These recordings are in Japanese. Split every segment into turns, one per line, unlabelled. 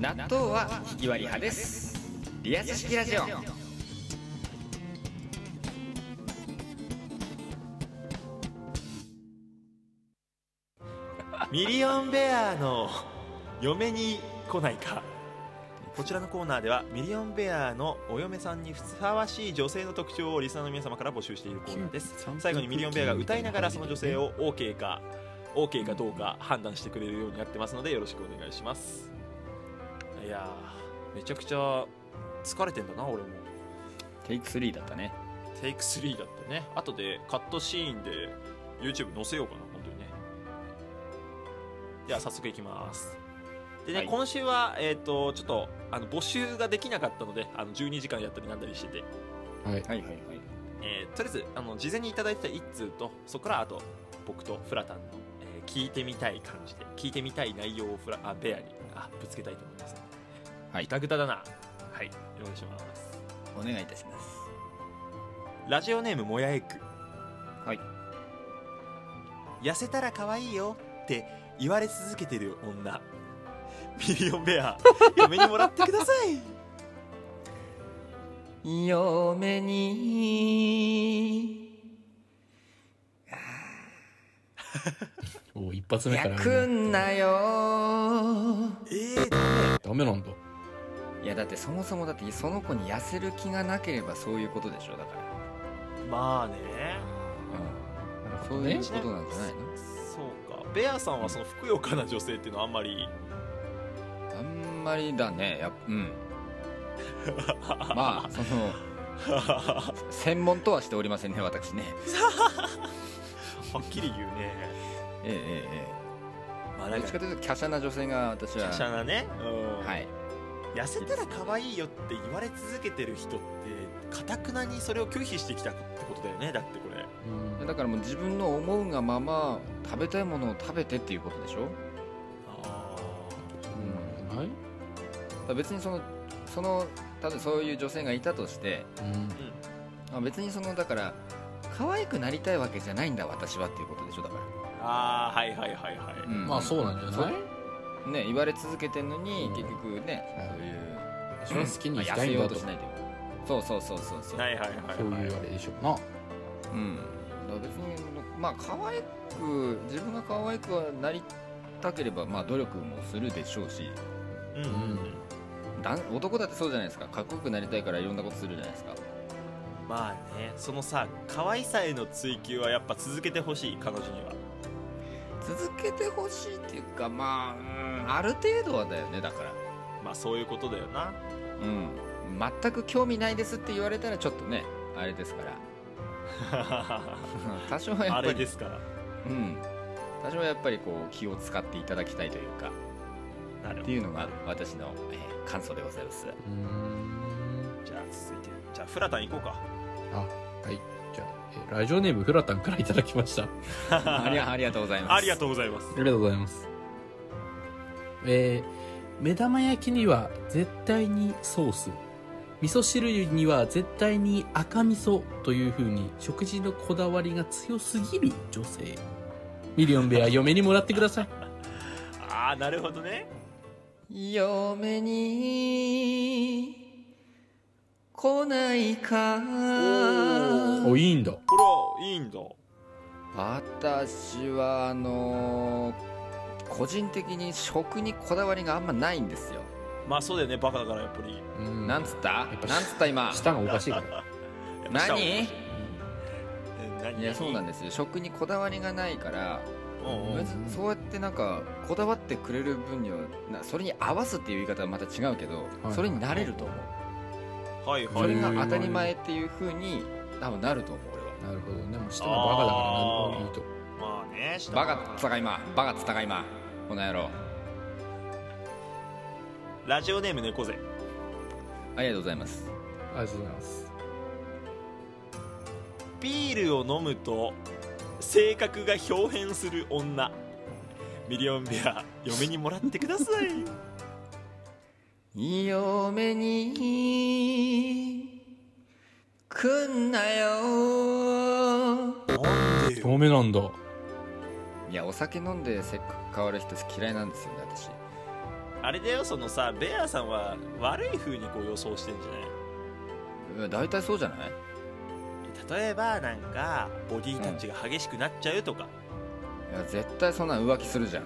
納豆はひき割り派ですリアス式ラジオ
ミリオンベアの嫁に来ないかこちらのコーナーではミリオンベアのお嫁さんにふさわしい女性の特徴をリスナーの皆様から募集しているコーナーです最後にミリオンベアが歌いながらその女性を OK か OK かどうか判断してくれるようになってますのでよろしくお願いしますいやーめちゃくちゃ疲れてんだな俺も
テイク3だったね
テイク3だってね後でカットシーンで YouTube 載せようかな本当にねでは早速いきますでね、
はい
今週は、えー、とちょっとあの募集ができなかったのであの12時間やったりなんだりしてて、
はい。
はいはいはい
えーとりあえずあの事前にいただいてた1通とそこからあと僕とフラタンの、えー聞いてみたい感じで聞いてみたい内容をフラあベアにあぶつけたいと思います
はい
グダグダだなはいお願いします
お願いいたします
ラジオネームもやえく
はい
痩せたら可愛いよって言われ続けてる女ミリオンベア嫁にもらってください
嫁に
お一発目から。
んなよ
ええー、
ダメなんだ。
いやだってそもそもだってその子に痩せる気がなければそういうことでしょだから
まあね
うんだからそういうことなんじゃない
そうかベアさんはそのふくよかな女性っていうのはあんまり
のあんまりだねやっうん まあその
は
専門とはしておりませんね私ね
っきり言うね
えええええ
まあ
えどっ
なん
ち
か
かというと華奢な女性が私は
華奢なね、うん
はい
痩せたら可愛いよって言われ続けてる人ってかたくなにそれを拒否してきたってことだよねだってこれ
だからもう自分の思うがまま食べたいものを食べてっていうことでしょ
あ
うん。はい。
だから別にそのその例えばそういう女性がいたとして
うん。
あ別にそのだから可愛くなりたいわけじゃないんだ私はっていうことでしょだか
あーはいはいはいはい、
ら、うん
まあ、そうなんじゃない。
ね言われ続けてんのに、
うん
結局ね
はい
そういう
私は好きに
まあ痩
行きた
せ
いん
よ
だ
う
と
とし
か。
ないでそうそうそうそうそう
はいはいは
そう
いはい
いうあれでしょうな。
うん、だから別にまあ可愛く自分が可愛くはなりたければまあ努力もするでしょうし
うんうんうん
だ男だってそうじゃないですかかっこよくなりたいからいろんなことするじゃないですか
まあねそのさ可愛さへの追求はやっぱ続けてほしい彼女には
続けてほしいっていうかまあ、うんある程度はだよねだから
まあそういうことだよ な
うん全く興味ないですって言われたらちょっとねあれですから 多少はや
あ
っぱ
れ
り
ですから
うん多少はやっぱりこう気を使っていただきたいというか
なる
っ
ほ
てい
ど
うのが私の、えー感想でござい ます
うーん。
じゃあ続いてじゃあフラタン行こうか
はい。じゃあ、えラジオネームフラタンからいただきました。あ
ありがありがとうございます
ありがとうございます
りがとうございます。えー目玉焼きには絶対にソース。味噌汁には絶対に赤味噌という風に食事のこだわりが強すぎる女性。ミリオンベア嫁にもらってください。
ああなるほどね
嫁に来ないか
ー
お、いいんだ。
これはいいんだ
私はあのー個人的に食にこだわりがあんまないんですよ、
まあそうだよねバカだからやっぱり
うん
なんつった
やっぱ
なんつった今
舌がおかしいから。
やっぱ下を
何い
え何
やそうなん
だ
ですよ食にこだわりがないから、
うんうん
別にそうやってなんかこだわってくれる分にはなそれに合わすっていう言い方はまた違うけど、
はい
それになれると思う
はい
うん
は
そ
い
れが当たり前っていう風に多分なると思う俺は
なるほどね。もう舌がバカだから何でもいいと。
まあね下
バカっつったか今バカっつったか今この野郎
ラジオネーム猫背
ありがとうございます
ありがとうございます。
ビールを飲むと性格が表変する女ミリオンベア嫁にもらってください
嫁に来んなよ
なんで
表目なんだ。
いやお酒飲んでせっかく変わる人嫌いなんですよね私
あれだよそのさベアさんは悪い風にこう予想してんじゃない
うん大体そうじゃない
例えばなんかボディタッチが激しくなっちゃうとか、
いや絶対そんなん浮気するじゃん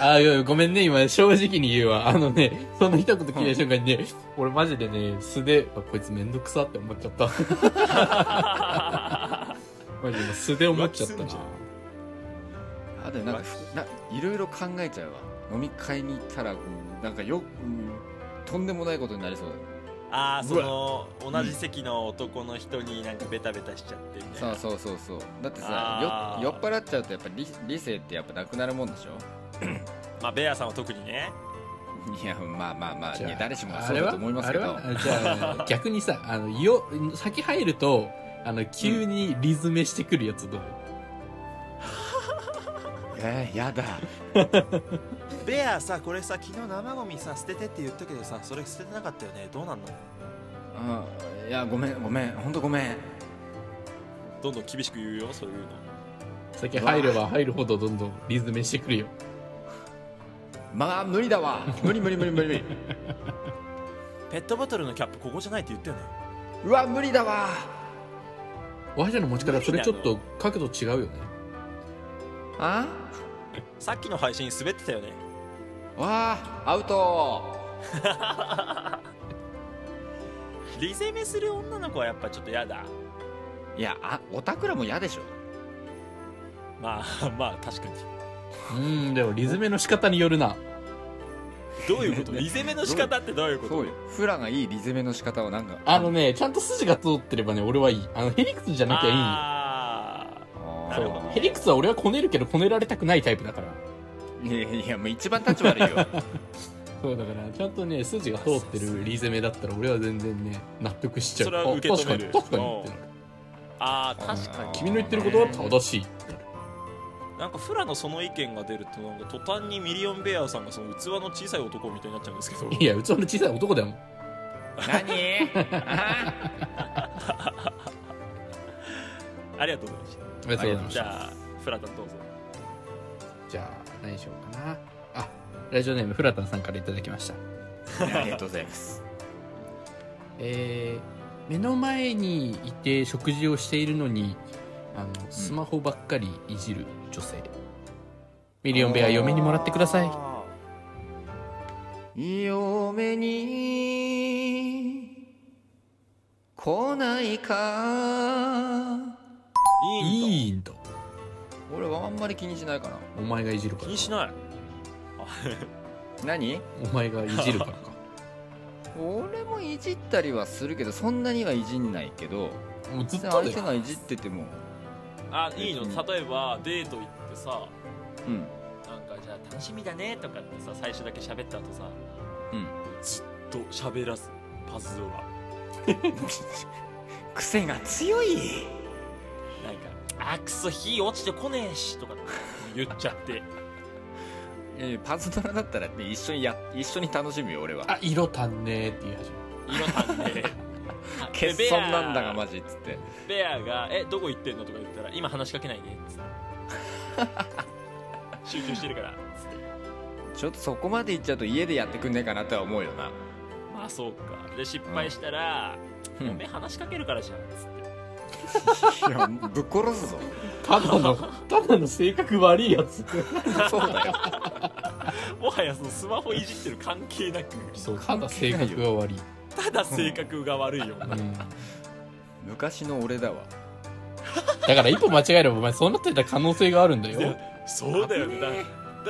あーごめんね、今、正直に言うわ。あのね、その一言聞いた瞬間にね、俺マジでね、素で、あこいつめんどくさって思っちゃ った。マジで今素で思っちゃった
浮気すんじゃん
な。
あでもなんか
浮
ないろいろ考えちゃうわ飲み会に行ったら、うんなんかよ、うんとんでもないことになりそうだよ
ああその同じ席の男の人になんかベタベタしちゃってみたいな、
そうそうそうそうだってさ
あー
よ酔っ払っちゃうとやっぱ理理性ってやっぱなくなるもんでしょ
まあベアさんは特にね
いやまあまあまあい
じゃあ
や誰しもそうだと思いますけど
あれはあじゃあ、逆にさ、あの、よ、先入ると、あの、急にリズメしてくるやつどう、
えー、やだ
ベアさこれさ昨日生ゴミさ捨ててって言ったけどさそれ捨ててなかったよねどうなんの
あいやごめんごめん本当ごめん
どんどん厳しく言うよそういうの
先入れば入るほどどんどんリズメしてくるよ。
まあ無理だ わ無理無理無理無理無理
ペットボトルのキャップここじゃないって言ったよね
うわ無理だわ
ワイジャの持ち方、それちょっと角度違うよね。
あ
さっきの配信滑ってたよね
わあアウト
リゼメする女の子はやっぱちょっとやだ
いやあおたくらも嫌でしょ
まあ まあ確かに
うん、でもリズメの仕方によるな。
どういうことリゼメの仕方ってどういうこと
そうよフラがいいリズメの仕方をなんか
あのね、ちゃんと筋が通ってればね、俺はいい。あの、ヘリクツじゃなきゃいいんよ。
あ
あ
な
ー
るほど
ヘリクツは俺はこねるけど、こねられたくないタイプだから。
いやいやもう一番立ち悪いよ
そうだから、ちゃんとね、筋が通ってるリーゼメだったら、俺は全然ね、納得しちゃう。
それは受け止める
あ確かに、確かにってなる。
ーあー確かに
君の言ってることは正しい。
なんかフラのその意見が出るとなんか途端にミリオンベアさんがその器の小さい男みたいになっちゃうんですけど
いや、器の小さい男だよ。
何あ
ありがとうございまし
ありがとうござい
た
まし
じ
た。
ゃあフラタンどうぞ
じゃあ、何しようかな。あ、ラジオネーム、フラタンさんからいただきました。
ーありがとうございます
えー目の前にいて食事をしているのにあのスマホばっかりいじる女性、ミリオンベア嫁にもらってください
嫁に来ないか
いいんだ
いいんだ
俺はあんまり気にしないかな
お前がいじるか
気
ら
にしない
何
お前がいじるからか
俺もいじったりはするけどそんなにはいじんないけど
もうずっと
相
だ
手
よ
がいじってても
あいいの例えばデート行ってさ
うん
なんかじゃあ楽しみだねとかってさ最初だけ喋った後さ
うん
ずっと喋らすパズドラ
癖が強い
なんか「あくそ火落ちてこねえし」とかって言っちゃって
えパズドラだったらね一緒にや一緒に楽しむよ俺は
あ色足んねえって言い始
今たんで
欠
ベ
損
ア
なんだがマジっつって
ベアが「えどこ行ってんの?」とか言ったら「今話しかけないで」っつって 集中してるからっつって
ちょっとそこまでいっちゃうと家でやってくんねえかなとは思うよな
まあそうかで失敗したら「
うん
嫁話しかけるからじゃん」っつって
いやぶっ殺すぞ
めるただ のただの性格悪いやつ
そうだよ
もはやそのスマホいじってる関係なく
そうただ性格が悪い、
ただ性格が悪いよ
う
な
ん、
昔の俺だわ
だから一歩間違えればお前そうなってた可能性があるんだよ
そうだよねだだ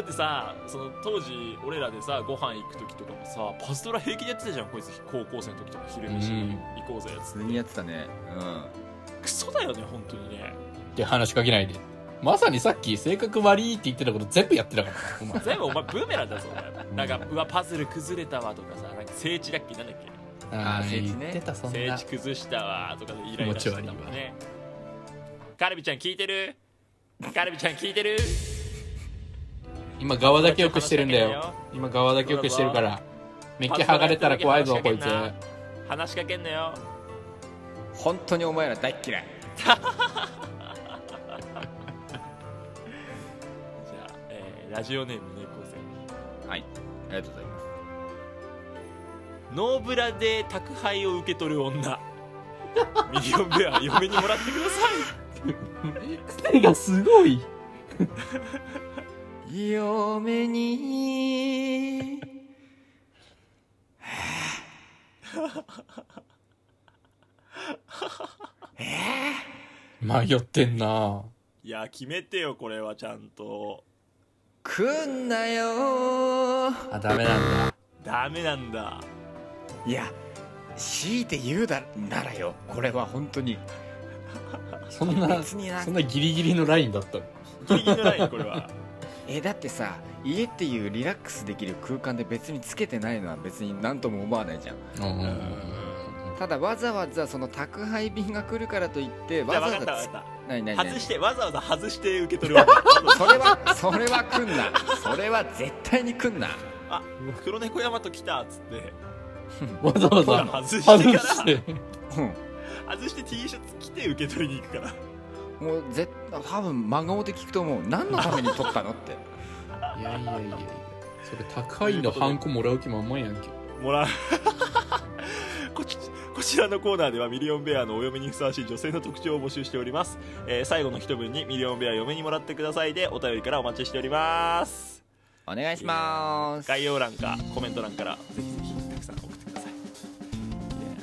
ってさその当時俺らでさご飯行く時とかもさパズドラ平気でやってたじゃんこいつ高校生の時とか昼飯
うん
行こうぜや
普
つ
通にやってたねうん
クソだよね本当にね
で話しかけないでまさにさっき性格悪いって言ってたこと全部やってたからお前
全部お前ブーメランだぞお前なんかうわパズル崩れたわとかさなんか聖地だっけなんだっけ
あー聖地ね
言ってたそん
聖
な
地崩したわとかでイライラしてたも
気持
ん
ち悪
ねカルビちゃん聞いてるカルビちゃん聞いてる
今側だけよくしてるんだよ今側だけよくしてるからメッキ剥がれたら怖いぞこいつ
話しかけんなよ
本当にお前ら大っ嫌い
じゃあ、えラジオネーム猫背
はいありがとうございます
ノーブラで宅配を受け取る女ミリオンベア嫁にもらってくださ
癖がすごい
嫁に
迷ってんない
いや決めてよこれはちゃんと
来んなよ
あダメなんだ
ダメなんだ
いや強いて言うだならよこれは本当に
そんな
別にな
そんなギリギリのラインだったの
ギリギリのラインこれは
えだってさ家っていうリラックスできる空間で別につけてないのは別に何とも思わないじゃんただわざわざその宅配便が来るからといって
じゃ
わ
あ分
ざ
かっ
わ
た
ざ
分
つ
かっ
ないない
た
ない
外してわざわざ外して受け取る 女
それはそれは来んなそれは絶対に来んな
黒猫大和来たっつって
わざわざ
外してか
外
ら
して
う
外して T シャツ着て受け取りに行くから
んもう絶多分真顔で聞くと思う何のために撮ったのって
いやいやいやいやそれ高いのハンコもらう気満々やんけ
もらう こちこちらのコーナーではミリオンベアのお嫁にふさわしい女性の特徴を募集しております、えー最後の一文に「ミリオンベア嫁にもらってください」でお便りからお待ちしております
お願いします
概要欄かコメント欄からぜひぜひたくさん送ってくださいいや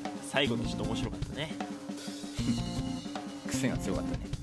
ー最後のちょっと面白かったね
癖が強かったね